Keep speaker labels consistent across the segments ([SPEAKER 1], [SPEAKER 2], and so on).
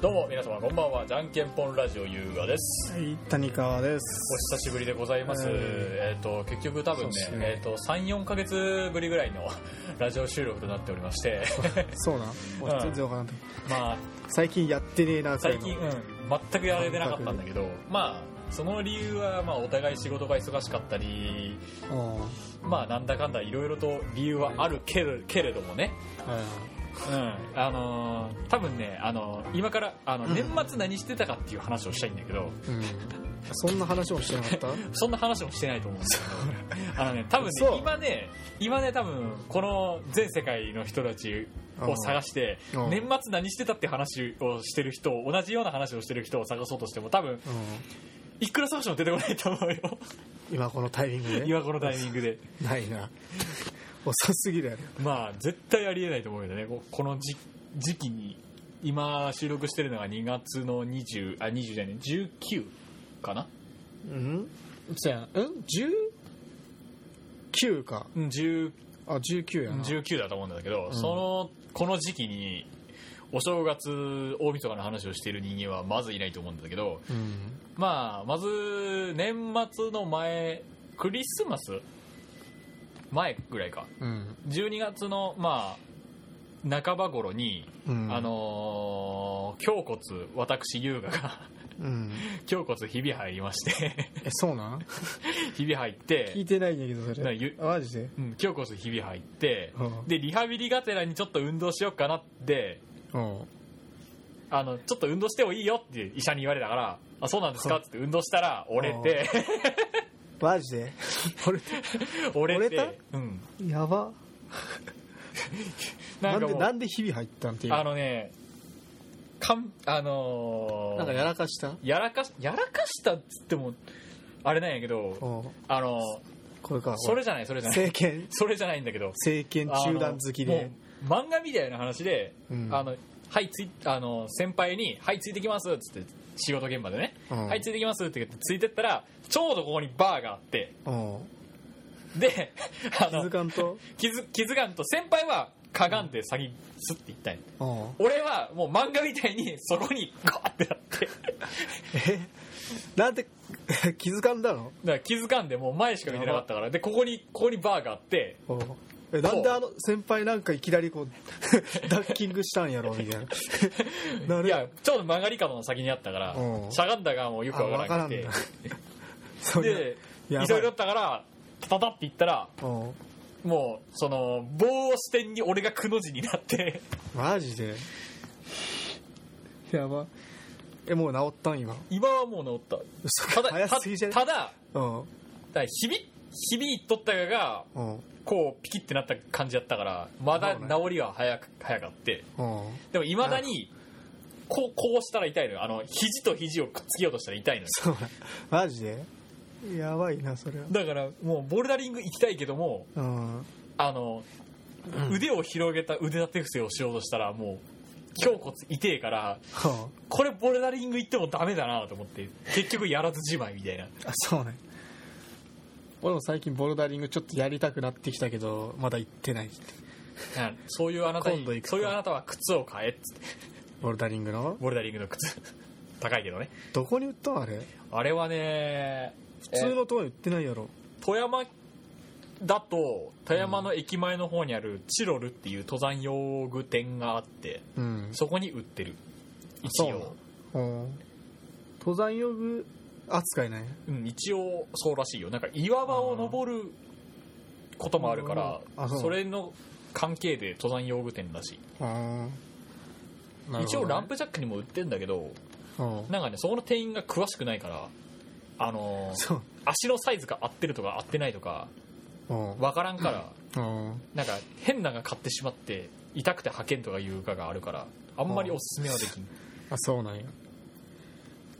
[SPEAKER 1] どうも皆様こんばんはじゃんけんぽんラジオ優雅です
[SPEAKER 2] はい、谷川です。
[SPEAKER 1] お久しぶりでございます、
[SPEAKER 2] うん
[SPEAKER 1] えっ、と結局多分
[SPEAKER 2] そう
[SPEAKER 1] ね
[SPEAKER 2] っすね
[SPEAKER 1] えっ、と34ヶ月ぶりぐらいの ラジオ収録となっておりまして
[SPEAKER 2] そうなん。
[SPEAKER 1] うん
[SPEAKER 2] 俺全然わからんと思う
[SPEAKER 1] まあ
[SPEAKER 2] 最近やってねえな、
[SPEAKER 1] 最近、うん、全くやれてなかったんだけどまあその理由は、まあ、お互い仕事が忙しかったり
[SPEAKER 2] そういうの。うん。はい
[SPEAKER 1] まあなんだかんだいろいろと理由はあるけれけれどもねうんあのー多分ね、あのー今からあの
[SPEAKER 2] うん
[SPEAKER 1] 年末何してたかっていう話をしたいんだけど、
[SPEAKER 2] うん。そんな話もしてなかっ
[SPEAKER 1] そんな話もしてないと思うんですけどあのね多分
[SPEAKER 2] そう
[SPEAKER 1] ね今ね今ね多分この全世界の人たちを探して
[SPEAKER 2] うん
[SPEAKER 1] 年末何してたって話をしてる人同じような話をしてる人を探そうとしても多分
[SPEAKER 2] た。うん。
[SPEAKER 1] いくら探しても出てこないと思うよ
[SPEAKER 2] 今このタイミングで。
[SPEAKER 1] 今このタイミングで
[SPEAKER 2] ないな。遅すぎるやろ。
[SPEAKER 1] まあ絶対ありえないと思うよねここの時時期に今収録してるのが2月の20あ20じゃない19かな
[SPEAKER 2] うんそやん。うん十九か。
[SPEAKER 1] うん19
[SPEAKER 2] あ、十九やな。
[SPEAKER 1] 19だと思うんだけど、
[SPEAKER 2] ん
[SPEAKER 1] そのこの時期にお正月大晦日の話をしている人間はまずいないと思うんだけど、
[SPEAKER 2] うん。
[SPEAKER 1] まあ、まず年末の前クリスマス前ぐらいか
[SPEAKER 2] うん。
[SPEAKER 1] 12月の、まあ、半ば頃に、
[SPEAKER 2] うん。
[SPEAKER 1] あ、のー胸骨私優雅が
[SPEAKER 2] うん。
[SPEAKER 1] 胸骨ひび入りまして
[SPEAKER 2] え、そうなん
[SPEAKER 1] ひび入っ
[SPEAKER 2] 聞い
[SPEAKER 1] て、
[SPEAKER 2] てないんだけど、そ
[SPEAKER 1] な
[SPEAKER 2] れ
[SPEAKER 1] ゆ。
[SPEAKER 2] あマジで
[SPEAKER 1] うん、胸骨ひび入って、
[SPEAKER 2] うん
[SPEAKER 1] でリハビリがてらにちょっと運動しようかなって
[SPEAKER 2] うん。
[SPEAKER 1] あの、ちょっと運動してもいいよって医者に言われたから、あ、そうなんですかっつって運動したら折れて、
[SPEAKER 2] マジで俺って
[SPEAKER 1] 折れ
[SPEAKER 2] 折
[SPEAKER 1] て
[SPEAKER 2] れ、
[SPEAKER 1] うん。
[SPEAKER 2] やば。
[SPEAKER 1] な
[SPEAKER 2] なんん
[SPEAKER 1] か
[SPEAKER 2] で、
[SPEAKER 1] もう、
[SPEAKER 2] なんで日々入ったんっていう。
[SPEAKER 1] あのね、かん、あのー
[SPEAKER 2] なんかやらかした
[SPEAKER 1] やらかし、やらかしたっつっても、あれなんやけど、
[SPEAKER 2] おう
[SPEAKER 1] あのー
[SPEAKER 2] これか。
[SPEAKER 1] それじゃない、それじゃない。
[SPEAKER 2] 政権、
[SPEAKER 1] それじゃないんだけど、
[SPEAKER 2] 政権中断好きで。
[SPEAKER 1] あのもう漫画みたいな話で、
[SPEAKER 2] うん
[SPEAKER 1] あのはいついあの先輩に「はいついてきます」っつって仕事現場でね「
[SPEAKER 2] うん
[SPEAKER 1] はいついてきます」って言ってついてったらちょうどここにバーがあって
[SPEAKER 2] うん
[SPEAKER 1] であ
[SPEAKER 2] 気づ
[SPEAKER 1] の
[SPEAKER 2] かんと。
[SPEAKER 1] 気づ気づかんと先輩はかがんで先スッて行ったんや
[SPEAKER 2] うん
[SPEAKER 1] 俺はもう漫画みたいにそこにガーってなってだか
[SPEAKER 2] え なんで気づかんだろ
[SPEAKER 1] ら気づかんでもう前しか見てなかったからでここにここにバーがあって
[SPEAKER 2] うんえなんであの先輩なんかいきなりこう ダッキングしたんやろみたい な。ないる
[SPEAKER 1] やちょうど曲がり角の先にあったから
[SPEAKER 2] うん
[SPEAKER 1] しゃがんだがもうよくわからなくて
[SPEAKER 2] あわ それ
[SPEAKER 1] で急
[SPEAKER 2] やば
[SPEAKER 1] い
[SPEAKER 2] い
[SPEAKER 1] でだったからタタタって行ったら
[SPEAKER 2] うん
[SPEAKER 1] もうその棒を支点に俺がくの字になって
[SPEAKER 2] マジで。やば。え、もう治ったん今。
[SPEAKER 1] 今はもう治った
[SPEAKER 2] 嘘
[SPEAKER 1] ただ
[SPEAKER 2] 早すぎじゃ
[SPEAKER 1] た
[SPEAKER 2] ない
[SPEAKER 1] ただだか
[SPEAKER 2] うん。
[SPEAKER 1] らひびひびいっとったが
[SPEAKER 2] うん。
[SPEAKER 1] こうピキってなった感じやったからまだ治りは早く早かって
[SPEAKER 2] うん。
[SPEAKER 1] でもいまだにこうこうしたら痛いのよあの肘と肘をくっつけようとしたら痛いのよ
[SPEAKER 2] そうなマジでやばいな、それは。
[SPEAKER 1] だからもうボルダリング行きたいけども
[SPEAKER 2] うん。
[SPEAKER 1] あの腕を広げた腕立て伏せをしようとしたらもう胸骨痛えから
[SPEAKER 2] は
[SPEAKER 1] これボルダリング行ってもダメだなと思って結局やらずじまいみた いな
[SPEAKER 2] あ、あそうね。俺も最近ボルダリングちょっとやりたくなってきたけど、まだ行ってない。
[SPEAKER 1] うんそういうあなたに
[SPEAKER 2] 今度行くか
[SPEAKER 1] そういうあなたは靴を買えっつって
[SPEAKER 2] ボルダリングの
[SPEAKER 1] ボルダリングの靴高いけどね
[SPEAKER 2] どこに売ったんあれ
[SPEAKER 1] あれはね
[SPEAKER 2] 普通のとこに売ってないやろ。
[SPEAKER 1] 富山だと富山の駅前の方にあるチロルっていう登山用具店があって
[SPEAKER 2] うん。
[SPEAKER 1] そこに売ってる一応
[SPEAKER 2] そうなのうん。登山用具扱いない
[SPEAKER 1] うん一応そうらしいよなんか岩場を登ることもあるから
[SPEAKER 2] うんあそう
[SPEAKER 1] それの関係で登山用具店らしい
[SPEAKER 2] うん。なるほどね
[SPEAKER 1] 一応ランプジャックにも売ってんだけど
[SPEAKER 2] うん。
[SPEAKER 1] なんかねそこの店員が詳しくないからあの ー
[SPEAKER 2] そう。
[SPEAKER 1] 足のサイズが合ってるとか合ってないとか
[SPEAKER 2] うん。
[SPEAKER 1] 分からんから、
[SPEAKER 2] うん。
[SPEAKER 1] なんか変なのが買ってしまって痛くて履けんとかいうかがあるからあんまりおすすめはできん
[SPEAKER 2] あそうなんや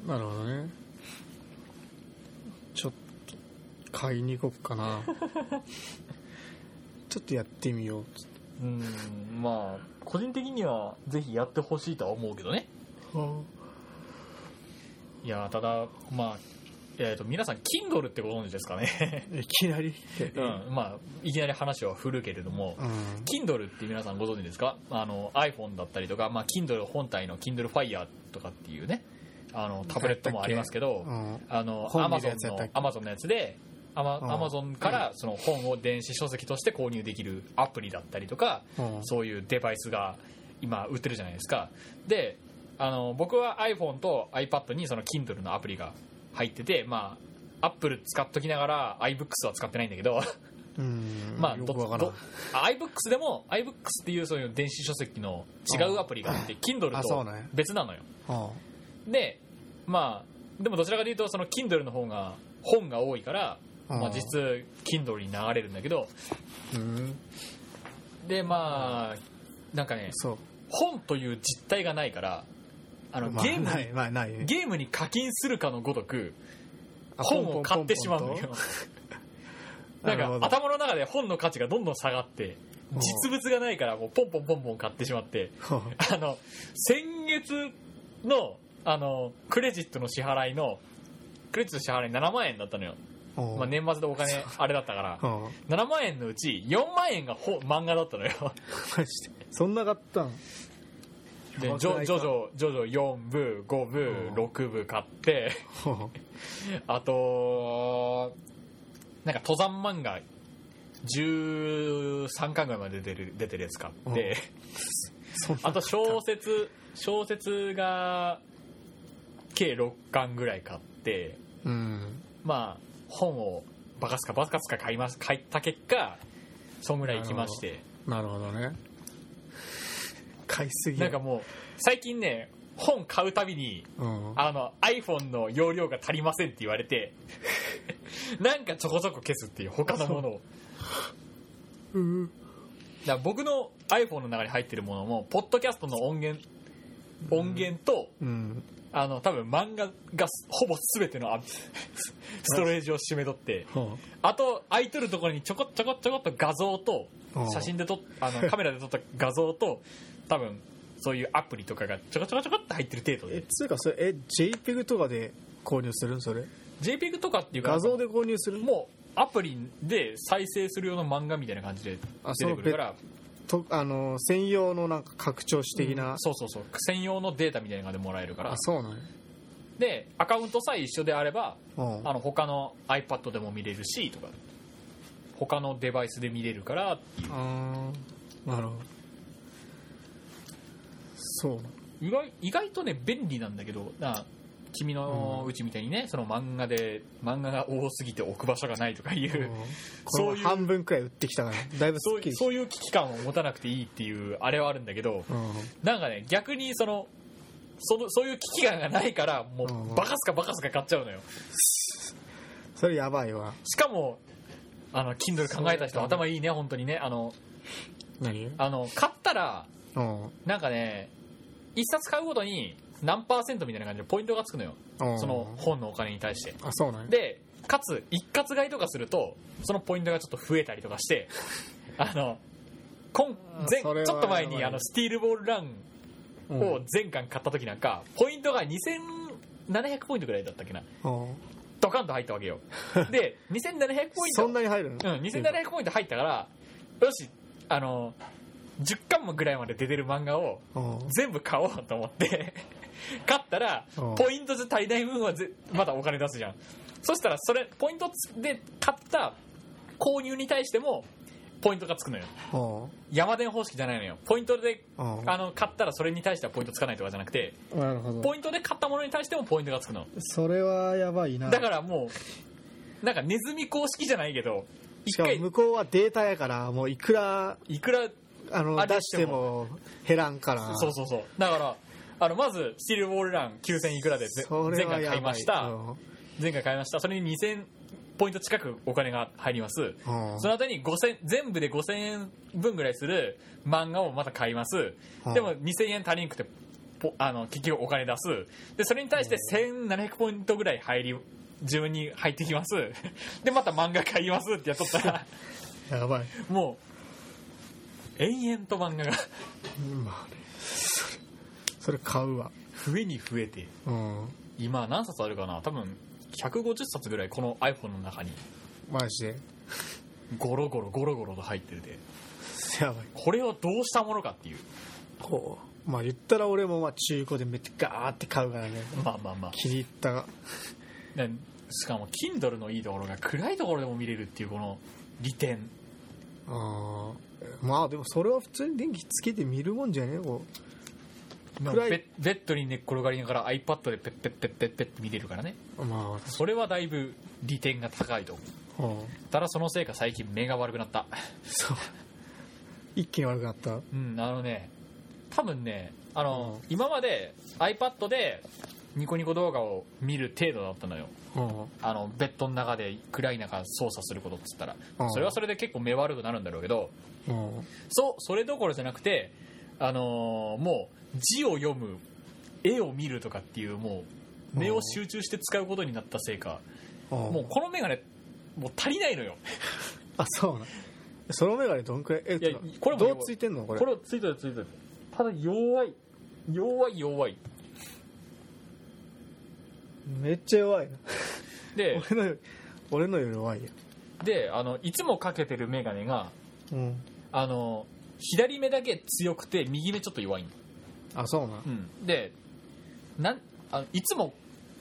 [SPEAKER 2] なるほどねちょっと買いに行こっかな ちょっとやってみよう
[SPEAKER 1] うんまあ個人的にはぜひやってほしいとは思うけどね
[SPEAKER 2] あ
[SPEAKER 1] いやただまあえー、と皆さん Kindle ってご存知ですかね、
[SPEAKER 2] いきなりって
[SPEAKER 1] う、ん まあ、いきなり話は振るけれども、
[SPEAKER 2] うん
[SPEAKER 1] Kindle って皆さんご存知ですかあの iPhone だったりとか、まあ、Kindle 本体の Kindle Fire とかっていうねあのタブレットもありますけど、
[SPEAKER 2] うん
[SPEAKER 1] あの
[SPEAKER 2] 本
[SPEAKER 1] Amazon
[SPEAKER 2] 見るやつやったっ
[SPEAKER 1] の
[SPEAKER 2] け
[SPEAKER 1] Amazon のやつでアマ
[SPEAKER 2] うん
[SPEAKER 1] Amazon からその本を電子書籍として購入できるアプリだったりとか、
[SPEAKER 2] うん
[SPEAKER 1] そういうデバイスが今売ってるじゃないですかであの僕は iPhone と iPad にその Kindle のアプリが入っててまあ Apple 使っときながら iBooks は使ってないんだけど
[SPEAKER 2] うん
[SPEAKER 1] まあ、
[SPEAKER 2] よ
[SPEAKER 1] ど
[SPEAKER 2] くわからん
[SPEAKER 1] ど iBooks でも iBooks っていうそういう電子書籍の違うアプリがあって Kindle
[SPEAKER 2] あそう
[SPEAKER 1] と
[SPEAKER 2] なんや
[SPEAKER 1] 別なのよ
[SPEAKER 2] うん
[SPEAKER 1] でまあでもどちらかというとその Kindle の方が本が多いから、
[SPEAKER 2] うん
[SPEAKER 1] まあ、実質 Kindle に流れるんだけど
[SPEAKER 2] うん
[SPEAKER 1] でまあなんかね
[SPEAKER 2] そう
[SPEAKER 1] 本という実体がないからあの
[SPEAKER 2] まあ
[SPEAKER 1] ゲーム
[SPEAKER 2] ないまあない
[SPEAKER 1] ゲームに課金するかのごとく
[SPEAKER 2] あ
[SPEAKER 1] 本を買ってしまう
[SPEAKER 2] ポン
[SPEAKER 1] の
[SPEAKER 2] ポンポンポン
[SPEAKER 1] よ
[SPEAKER 2] と
[SPEAKER 1] なん
[SPEAKER 2] なるほど
[SPEAKER 1] か頭の中で本の価値がどんどん下がって
[SPEAKER 2] うん
[SPEAKER 1] 実物がないからもうポンポンポンポン買ってしまってあの先月のあのクレジットの支払いのクレジットの支払い7万円だったのよ、
[SPEAKER 2] うん
[SPEAKER 1] まあ、年末でお金あれだったから
[SPEAKER 2] うん
[SPEAKER 1] 7万円のうち4万円が本漫画だ ったのよ
[SPEAKER 2] マジでそんな買ったん
[SPEAKER 1] で
[SPEAKER 2] やばく
[SPEAKER 1] ジ
[SPEAKER 2] な
[SPEAKER 1] ョ
[SPEAKER 2] い
[SPEAKER 1] ジ
[SPEAKER 2] か
[SPEAKER 1] ョジョジョジョ4部5
[SPEAKER 2] うん
[SPEAKER 1] 部6部買 って
[SPEAKER 2] うん
[SPEAKER 1] あとなんか登山漫画13巻ぐらいまで出てる出てるやつ買って、
[SPEAKER 2] そんな
[SPEAKER 1] あと小説小説が計6巻ぐらい買って
[SPEAKER 2] うん
[SPEAKER 1] まあ本をバカすかバカすか買います買った結果そんぐらい行きまして
[SPEAKER 2] なるほどね買いすぎ
[SPEAKER 1] な
[SPEAKER 2] や
[SPEAKER 1] んかもう最近ね本買うたびに
[SPEAKER 2] うん
[SPEAKER 1] あの iPhone の容量が足りませんって言われて なんかちょこちょこ消すっていう他のものを
[SPEAKER 2] うん
[SPEAKER 1] だから僕の iPhone の中に入ってるものもポッドキャストの音源音源と、
[SPEAKER 2] うん
[SPEAKER 1] あの多分漫画がほぼ全ての あストレージを締め取って
[SPEAKER 2] うん
[SPEAKER 1] あと空いてるところにちょこちょこちょこっと画像と
[SPEAKER 2] うん
[SPEAKER 1] 写真で撮っあのカメラで撮った画像と多分そういうアプリとかがちょこちょこちょこっと入ってる程度
[SPEAKER 2] え
[SPEAKER 1] で
[SPEAKER 2] つうかそれえ JPEG とかで購入するんそれ
[SPEAKER 1] JPEG とかっていうか
[SPEAKER 2] 画像で購入する
[SPEAKER 1] もうアプリで再生する用の漫画みたいな感じで
[SPEAKER 2] あ
[SPEAKER 1] 出てくるから
[SPEAKER 2] とあの専用のなんか拡張子的
[SPEAKER 1] う、
[SPEAKER 2] なん
[SPEAKER 1] そうそうそう専用のデータみたいなのがもらえるから
[SPEAKER 2] あそうなんや
[SPEAKER 1] でアカウントさえ一緒であれば
[SPEAKER 2] うん
[SPEAKER 1] あの他の iPad でも見れるしとか他のデバイスで見れるから
[SPEAKER 2] あーなるほどそう
[SPEAKER 1] 意外意外とね便利なんだけどな君のうちみたいにね、その漫画で漫画が多すぎて置く場所がないとかいう、
[SPEAKER 2] うんこれ
[SPEAKER 1] そ
[SPEAKER 2] も
[SPEAKER 1] ういう
[SPEAKER 2] 半分くらい売ってきたからだいぶす
[SPEAKER 1] そ
[SPEAKER 2] っ
[SPEAKER 1] う
[SPEAKER 2] き
[SPEAKER 1] い
[SPEAKER 2] り
[SPEAKER 1] うそういう危機感を持たなくていいっていうあれはあるんだけど
[SPEAKER 2] うん
[SPEAKER 1] なんかね逆にそのそのそういう危機感がないからも
[SPEAKER 2] うんうん
[SPEAKER 1] うバカすかバカすか買っちゃうのよ
[SPEAKER 2] それやばいわ
[SPEAKER 1] しかもあの Kindle 考えた人
[SPEAKER 2] そうだね
[SPEAKER 1] 頭いいね本当にねあの
[SPEAKER 2] 何
[SPEAKER 1] あの買ったら
[SPEAKER 2] うん
[SPEAKER 1] なんかね一冊買うごとに何パーセントみたいな感じでポイントがつくのよ
[SPEAKER 2] うん
[SPEAKER 1] その本のお金に対して
[SPEAKER 2] あそうなんや
[SPEAKER 1] でかつ一括買いとかするとそのポイントがちょっと増えたりとかしてあの今
[SPEAKER 2] あ
[SPEAKER 1] 前ち
[SPEAKER 2] それは
[SPEAKER 1] ょっと前
[SPEAKER 2] やば
[SPEAKER 1] に
[SPEAKER 2] い
[SPEAKER 1] あのスティールボールラン
[SPEAKER 2] うん
[SPEAKER 1] を全巻買った時なんかポイントが2700ポイントぐらいだったっけな
[SPEAKER 2] うん
[SPEAKER 1] ドカンと入ったわけ よで2700ポイント
[SPEAKER 2] そんなに入るの
[SPEAKER 1] うん、2700ポイント入ったからよしあの10巻もぐらいまで出てる漫画を
[SPEAKER 2] うん
[SPEAKER 1] 全部買おうと思って 買ったら
[SPEAKER 2] うん
[SPEAKER 1] ポイントで足りない分はぜまだお金出すじゃんそしたらそれポイントつで買った購入に対してもポイントがつくのよ
[SPEAKER 2] うん
[SPEAKER 1] 山電方式じゃないのよポイントで
[SPEAKER 2] うん
[SPEAKER 1] あの買ったらそれに対してはポイントつかないとかじゃなくて
[SPEAKER 2] なるほど
[SPEAKER 1] ポイントで買ったものに対してもポイントがつくの
[SPEAKER 2] それはやばいな
[SPEAKER 1] だからもうなんかネズミ公式じゃないけど
[SPEAKER 2] し
[SPEAKER 1] 一
[SPEAKER 2] かも
[SPEAKER 1] 回
[SPEAKER 2] 向こうはデータやからもういくら
[SPEAKER 1] いくら
[SPEAKER 2] あの
[SPEAKER 1] あ
[SPEAKER 2] 出しても減らんから
[SPEAKER 1] そうそうそうだからあのまずスティールウォールラン9000いくらでぜ
[SPEAKER 2] それ
[SPEAKER 1] 前
[SPEAKER 2] は
[SPEAKER 1] 回
[SPEAKER 2] やば
[SPEAKER 1] 買いました
[SPEAKER 2] うん
[SPEAKER 1] 前回買いましたそれに2000ポイント近くお金が入ります
[SPEAKER 2] うん
[SPEAKER 1] その後に5000全部で5000円分ぐらいする漫画をまた買います
[SPEAKER 2] うん
[SPEAKER 1] でも2000円足りんくてポあの結局お金出すでそれに対して1700ポイントぐらい入り自分に入ってきます でまた漫画買いますってやっとった ら
[SPEAKER 2] やばい
[SPEAKER 1] もう延々と漫画が
[SPEAKER 2] うんまあねそれそれ買うわ
[SPEAKER 1] 増えに増えて
[SPEAKER 2] うん
[SPEAKER 1] 今何冊あるかな多分150冊ぐらいこの iPhone の中に
[SPEAKER 2] マジで
[SPEAKER 1] ゴロゴロゴロゴロと入ってて
[SPEAKER 2] やばい
[SPEAKER 1] これをどうしたものかっていう
[SPEAKER 2] こうまあ言ったら俺もまあ中古でめっちゃガーって買うからね
[SPEAKER 1] まあまあまあ
[SPEAKER 2] 気に入った
[SPEAKER 1] ねしかも Kindle のいいところが暗いところでも見れるっていうこの利点
[SPEAKER 2] あーまあでもそれは普通に電気つけて見るもんじゃねえこ暗い
[SPEAKER 1] ベッベッドに寝っ転がりながら iPad でペッペッペッペッペッって見れるからね
[SPEAKER 2] うま
[SPEAKER 1] それはだいぶ利点が高いと思う
[SPEAKER 2] あ、うん
[SPEAKER 1] ただそのせいか最近目が悪くなった
[SPEAKER 2] そう一気に悪くなった
[SPEAKER 1] うんあのね多分ねあの、
[SPEAKER 2] う
[SPEAKER 1] 今まで iPad でニコニコ動画を見る程度だったのよ
[SPEAKER 2] うん
[SPEAKER 1] あのベッドの中で暗い中操作することっつったら
[SPEAKER 2] うん
[SPEAKER 1] それはそれで結構目悪くなるんだろうけど
[SPEAKER 2] うん
[SPEAKER 1] そうそれどころじゃなくてあのーもう字を読む絵を見るとかっていうもう目を集中して使うことになったせいかも
[SPEAKER 2] も
[SPEAKER 1] うこの眼鏡もう足りないのよ
[SPEAKER 2] あそうなそのメガネどんくらいえ
[SPEAKER 1] いや
[SPEAKER 2] てか
[SPEAKER 1] これも
[SPEAKER 2] どうついてんのこれ
[SPEAKER 1] これついてるついてるただ弱い弱い弱い
[SPEAKER 2] めっちゃ弱いな
[SPEAKER 1] で
[SPEAKER 2] 俺のより俺のより弱いや
[SPEAKER 1] であのいつもかけてる眼鏡が
[SPEAKER 2] うん
[SPEAKER 1] あの左目だけ強くて右目ちょっと弱いの、
[SPEAKER 2] あそうな
[SPEAKER 1] でなんあのいつも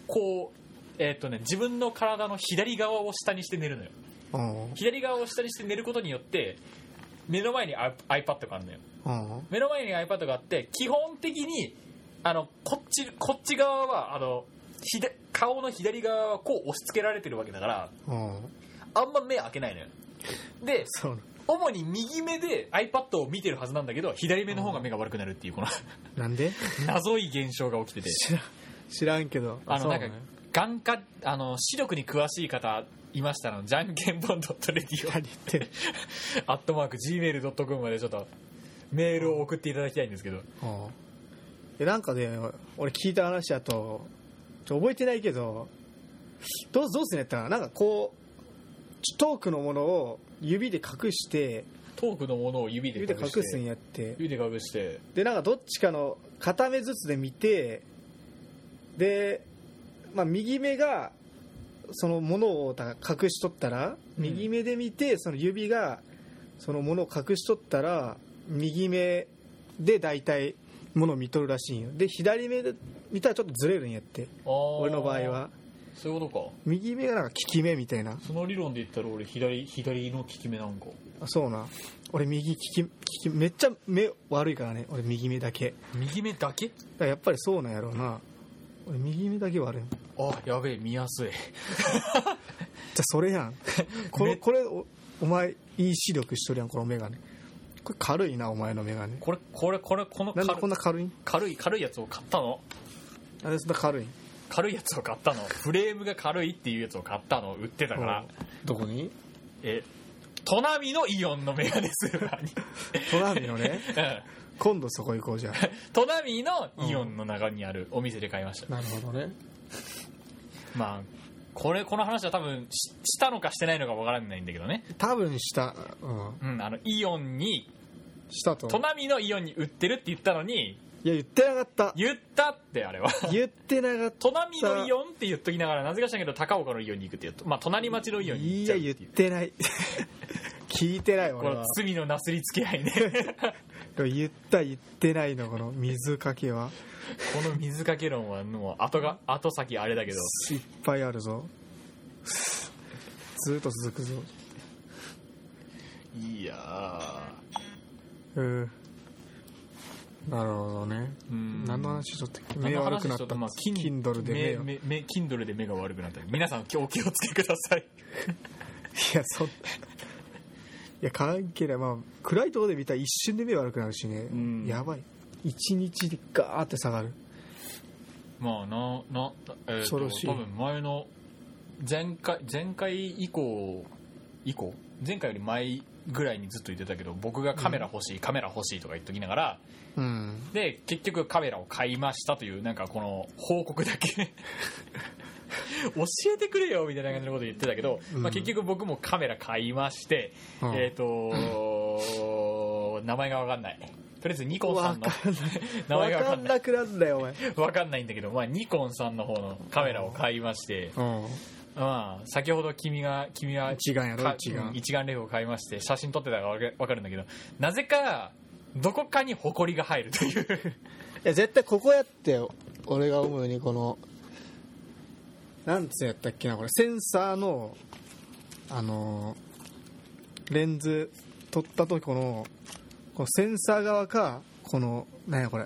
[SPEAKER 1] こうえーっとね自分の体の左側を下にして寝るのよ
[SPEAKER 2] うん
[SPEAKER 1] 左側を下にして寝ることによって目の前にア iPad があるのよ
[SPEAKER 2] うん
[SPEAKER 1] 目の前に iPad があって基本的にあのこっちこっち側はあのひで顔の左側はこう押し付けられてるわけだから
[SPEAKER 2] うん
[SPEAKER 1] あんま目開けないのよで
[SPEAKER 2] そう
[SPEAKER 1] 主に右目で iPad を見てるはずなんだけど左目の方が目が悪くなるっていうこの
[SPEAKER 2] ななんで
[SPEAKER 1] 謎い現象が起きてて
[SPEAKER 2] 知らん知らんけど
[SPEAKER 1] あの
[SPEAKER 2] そう
[SPEAKER 1] なんか眼科あの視力に詳しい方いましたらじゃんけんぽん .radio
[SPEAKER 2] 何言ってる
[SPEAKER 1] アットマーク Gmail.com までちょっとメールを送っていただきたいんですけど
[SPEAKER 2] うんえなんかね俺聞いた話だとちょ覚えてないけどどうどうすんのやったらなんかこうちょトークのものを指で隠して
[SPEAKER 1] トークのものを指で
[SPEAKER 2] 指で
[SPEAKER 1] 隠して
[SPEAKER 2] 隠すんやって
[SPEAKER 1] 指で隠して
[SPEAKER 2] でなんかどっちかの片目ずつで見てで、まあ、右目がそのものをだ隠しとったら
[SPEAKER 1] うん
[SPEAKER 2] 右目で見てその指がそのものを隠しとったら右目で大体ものを見とるらしいんよで左目で見たらちょっとずれるんやって
[SPEAKER 1] あー
[SPEAKER 2] 俺の場合は
[SPEAKER 1] そういうことか
[SPEAKER 2] 右目がなんか効き目みたいな
[SPEAKER 1] その理論で言ったら俺左左の効き目なんか
[SPEAKER 2] あそうな俺右利き利きめっちゃ目悪いからね俺右目だけ
[SPEAKER 1] 右目だけ
[SPEAKER 2] だからやっぱりそうなんやろうな俺右目だけ悪いもん
[SPEAKER 1] あやべえ見やすい
[SPEAKER 2] じゃあそれや んこ
[SPEAKER 1] め
[SPEAKER 2] れこれおお前いい視力しとるやんこのメガネこれ軽いなお前のメガネ
[SPEAKER 1] これこれこれこの
[SPEAKER 2] な
[SPEAKER 1] 軽
[SPEAKER 2] んでこんな軽いん
[SPEAKER 1] 軽い軽いやつを買ったの
[SPEAKER 2] なんでそんな軽いん
[SPEAKER 1] 軽いやつを買ったのフレームが軽いっていうやつを買ったの売ってたから
[SPEAKER 2] うんどこに
[SPEAKER 1] えトナミのイオンのメガネスーパーに
[SPEAKER 2] トラミのね
[SPEAKER 1] うん
[SPEAKER 2] 今度そこ行こうじゃん
[SPEAKER 1] トナミのイオンの中にあるお店で買いました、
[SPEAKER 2] なるほどね
[SPEAKER 1] まあこれこの話は多分ししたのかしてないのかわからないんだけどね
[SPEAKER 2] 多分した、うん、
[SPEAKER 1] うんあのイオンに
[SPEAKER 2] したと
[SPEAKER 1] ト
[SPEAKER 2] 思う
[SPEAKER 1] ナミのイオンに売ってるって言ったのに
[SPEAKER 2] いや言ってなかった
[SPEAKER 1] 言ったってあ れは
[SPEAKER 2] 言ってなかっ
[SPEAKER 1] トナミのイオンって言っときながらなぜか知らんけど高岡のイオンに行くって言うとまあ隣町の
[SPEAKER 2] た
[SPEAKER 1] イオンに行っ
[SPEAKER 2] い
[SPEAKER 1] ちゃ
[SPEAKER 2] や
[SPEAKER 1] うってい
[SPEAKER 2] 言
[SPEAKER 1] う
[SPEAKER 2] ってない 聞いてない
[SPEAKER 1] こ
[SPEAKER 2] 俺
[SPEAKER 1] の
[SPEAKER 2] は
[SPEAKER 1] 罪のなすりつけ合いね
[SPEAKER 2] 言った言ってないのこの水かけは
[SPEAKER 1] この水かけ論はもう後が後先あれだけど
[SPEAKER 2] いっぱいあるぞずっと続くぞ
[SPEAKER 1] いや
[SPEAKER 2] うんなるほどね、
[SPEAKER 1] ーうん
[SPEAKER 2] 何の話しとって
[SPEAKER 1] 何
[SPEAKER 2] 目
[SPEAKER 1] の
[SPEAKER 2] 悪
[SPEAKER 1] 話
[SPEAKER 2] くなっ
[SPEAKER 1] ちょ
[SPEAKER 2] た
[SPEAKER 1] とまあ
[SPEAKER 2] Kindle で目をい
[SPEAKER 1] 目目 Kindle で目が悪くなった皆さんお気をつけください
[SPEAKER 2] やそんない や関係ないまあ暗いところで見たら一瞬で目悪くなるしね、
[SPEAKER 1] ん
[SPEAKER 2] やばい一日でガーって下がる
[SPEAKER 1] まあななえー、
[SPEAKER 2] 恐ろ
[SPEAKER 1] と
[SPEAKER 2] しい
[SPEAKER 1] 多分前の前回前回以降以降前回より前ぐらいにずっと言ってたけど僕がカメラ欲しい、カメラ欲しいとか言っときながら
[SPEAKER 2] うん
[SPEAKER 1] で結局カメラを買いましたというなんかこの報告だけ 教えてくれよみたいな感じのこと言ってたけど、
[SPEAKER 2] うん
[SPEAKER 1] まあ、結局僕もカメラ買いまして、
[SPEAKER 2] うん
[SPEAKER 1] えっ、と名前が分かんないとりあえずニコンさんの
[SPEAKER 2] わかんない
[SPEAKER 1] 名前が分
[SPEAKER 2] わ
[SPEAKER 1] か
[SPEAKER 2] か
[SPEAKER 1] ん
[SPEAKER 2] ん
[SPEAKER 1] ない
[SPEAKER 2] なくなるんだよお前
[SPEAKER 1] わかんないんだけど、まあ、ニコンさんの方のカメラを買いまして、
[SPEAKER 2] うん
[SPEAKER 1] まあ、先ほど君が君は
[SPEAKER 2] 一眼やろ
[SPEAKER 1] か
[SPEAKER 2] 一眼
[SPEAKER 1] うん一眼レフを買いまして写真撮ってたからわかわかるんだけどなぜかどこかにホコリが入るという
[SPEAKER 2] いや絶対ここやって俺が思うにこのなんつうやったっけなこれセンサーのあのーレンズ取った時このこのセンサー側かこの何やこれ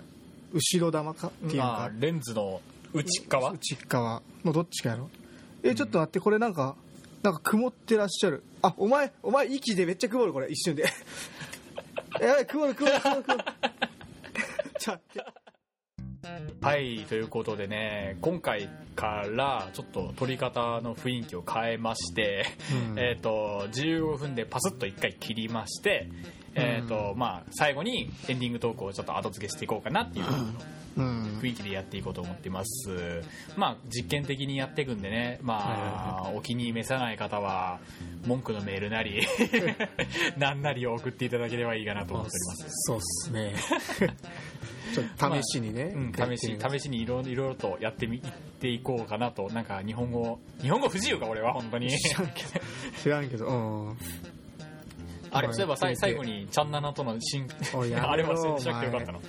[SPEAKER 2] 後ろ玉かっていうの
[SPEAKER 1] ま
[SPEAKER 2] か
[SPEAKER 1] あレンズの内側
[SPEAKER 2] 内側のどっちかやろえちょっと待ってこれなんかなんか曇ってらっしゃるあお前お前息でめっちゃ曇るこれ一瞬で やばい曇る曇る曇る 曇るちょっと待って
[SPEAKER 1] はいということでね今回からちょっと撮り方の雰囲気を変えまして、
[SPEAKER 2] うん
[SPEAKER 1] えっと15分でパスッと1回切りまして、えっとまあ、最後にエンディングトークをちょっと後付けしていこうかなっていう
[SPEAKER 2] うん
[SPEAKER 1] 雰囲気でやっていこうと思っていますまあ実験的にやっていくんでねまあお気に召さない方は文句のメールなり なんなりを送っていただければいいかなと思っております
[SPEAKER 2] そうっすねちょっと試しにね、
[SPEAKER 1] うん、試し試しにいろいろとやってみ行っていこうかなとなんか日本語日本語不自由か俺は本当に
[SPEAKER 2] し知らんけどうん
[SPEAKER 1] あれ
[SPEAKER 2] まあ
[SPEAKER 1] そういえばさい
[SPEAKER 2] やって
[SPEAKER 1] 最
[SPEAKER 2] みて
[SPEAKER 1] 後にチャンナナとの新
[SPEAKER 2] おいやめろ
[SPEAKER 1] あれ忘れちゃってよかったの、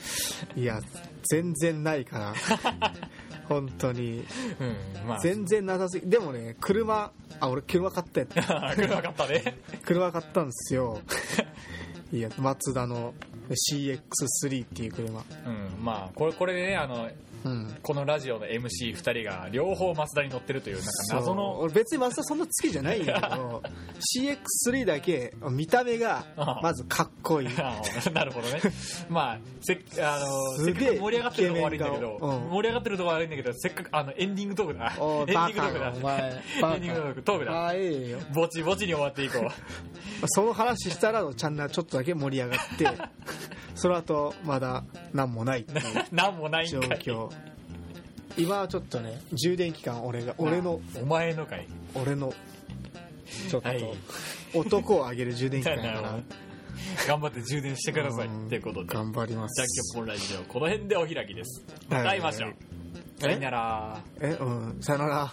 [SPEAKER 2] いや全然ないから本当に
[SPEAKER 1] うんまあ
[SPEAKER 2] 全然なさすぎでもね車あ俺車買ったやつ
[SPEAKER 1] 車買ったね
[SPEAKER 2] 車買ったんですよいやマツダの CX3 っていう車
[SPEAKER 1] うんまあこれこれでねあの
[SPEAKER 2] うん
[SPEAKER 1] このラジオの MC2 人が両方マツダに乗ってるというなんか謎
[SPEAKER 2] そう
[SPEAKER 1] の
[SPEAKER 2] 俺別にマツダそんな好きじゃないんだけど CX3 だけ見た目が
[SPEAKER 1] ああ
[SPEAKER 2] まずかっこいい
[SPEAKER 1] あの なるほどねまあせっあのせ
[SPEAKER 2] す
[SPEAKER 1] っ
[SPEAKER 2] げ
[SPEAKER 1] か
[SPEAKER 2] え
[SPEAKER 1] く盛り上がってるとこ悪いんだけど、
[SPEAKER 2] イケメン顔うん
[SPEAKER 1] 盛り上がってるとこ悪いんだけどせっかくあのエンディングトークだエ
[SPEAKER 2] お
[SPEAKER 1] ンデ
[SPEAKER 2] い
[SPEAKER 1] ィン
[SPEAKER 2] バ
[SPEAKER 1] グトー
[SPEAKER 2] カ
[SPEAKER 1] クだ
[SPEAKER 2] お前
[SPEAKER 1] エ
[SPEAKER 2] バ
[SPEAKER 1] ンディングト
[SPEAKER 2] カ
[SPEAKER 1] ークトークだ
[SPEAKER 2] ああえ えよ
[SPEAKER 1] ぼちぼちに終わっていこう
[SPEAKER 2] まあその話したらのチャンネルちょっとだけ盛り上がって その後まだ何もないっていう
[SPEAKER 1] なんもない
[SPEAKER 2] 状
[SPEAKER 1] んかい
[SPEAKER 2] 況今はちょっとね充電期間俺が俺の
[SPEAKER 1] お前のかい
[SPEAKER 2] 俺のちょっと、
[SPEAKER 1] はい
[SPEAKER 2] 男をあげる充電 器
[SPEAKER 1] な
[SPEAKER 2] だ
[SPEAKER 1] る
[SPEAKER 2] か
[SPEAKER 1] ほど
[SPEAKER 2] ら
[SPEAKER 1] 頑張って充電してくださいということでじゃあ
[SPEAKER 2] 頑張ります
[SPEAKER 1] 今日もラジオこの辺でお開きです
[SPEAKER 2] はい
[SPEAKER 1] 会いましょうさよなら
[SPEAKER 2] えうんさよなら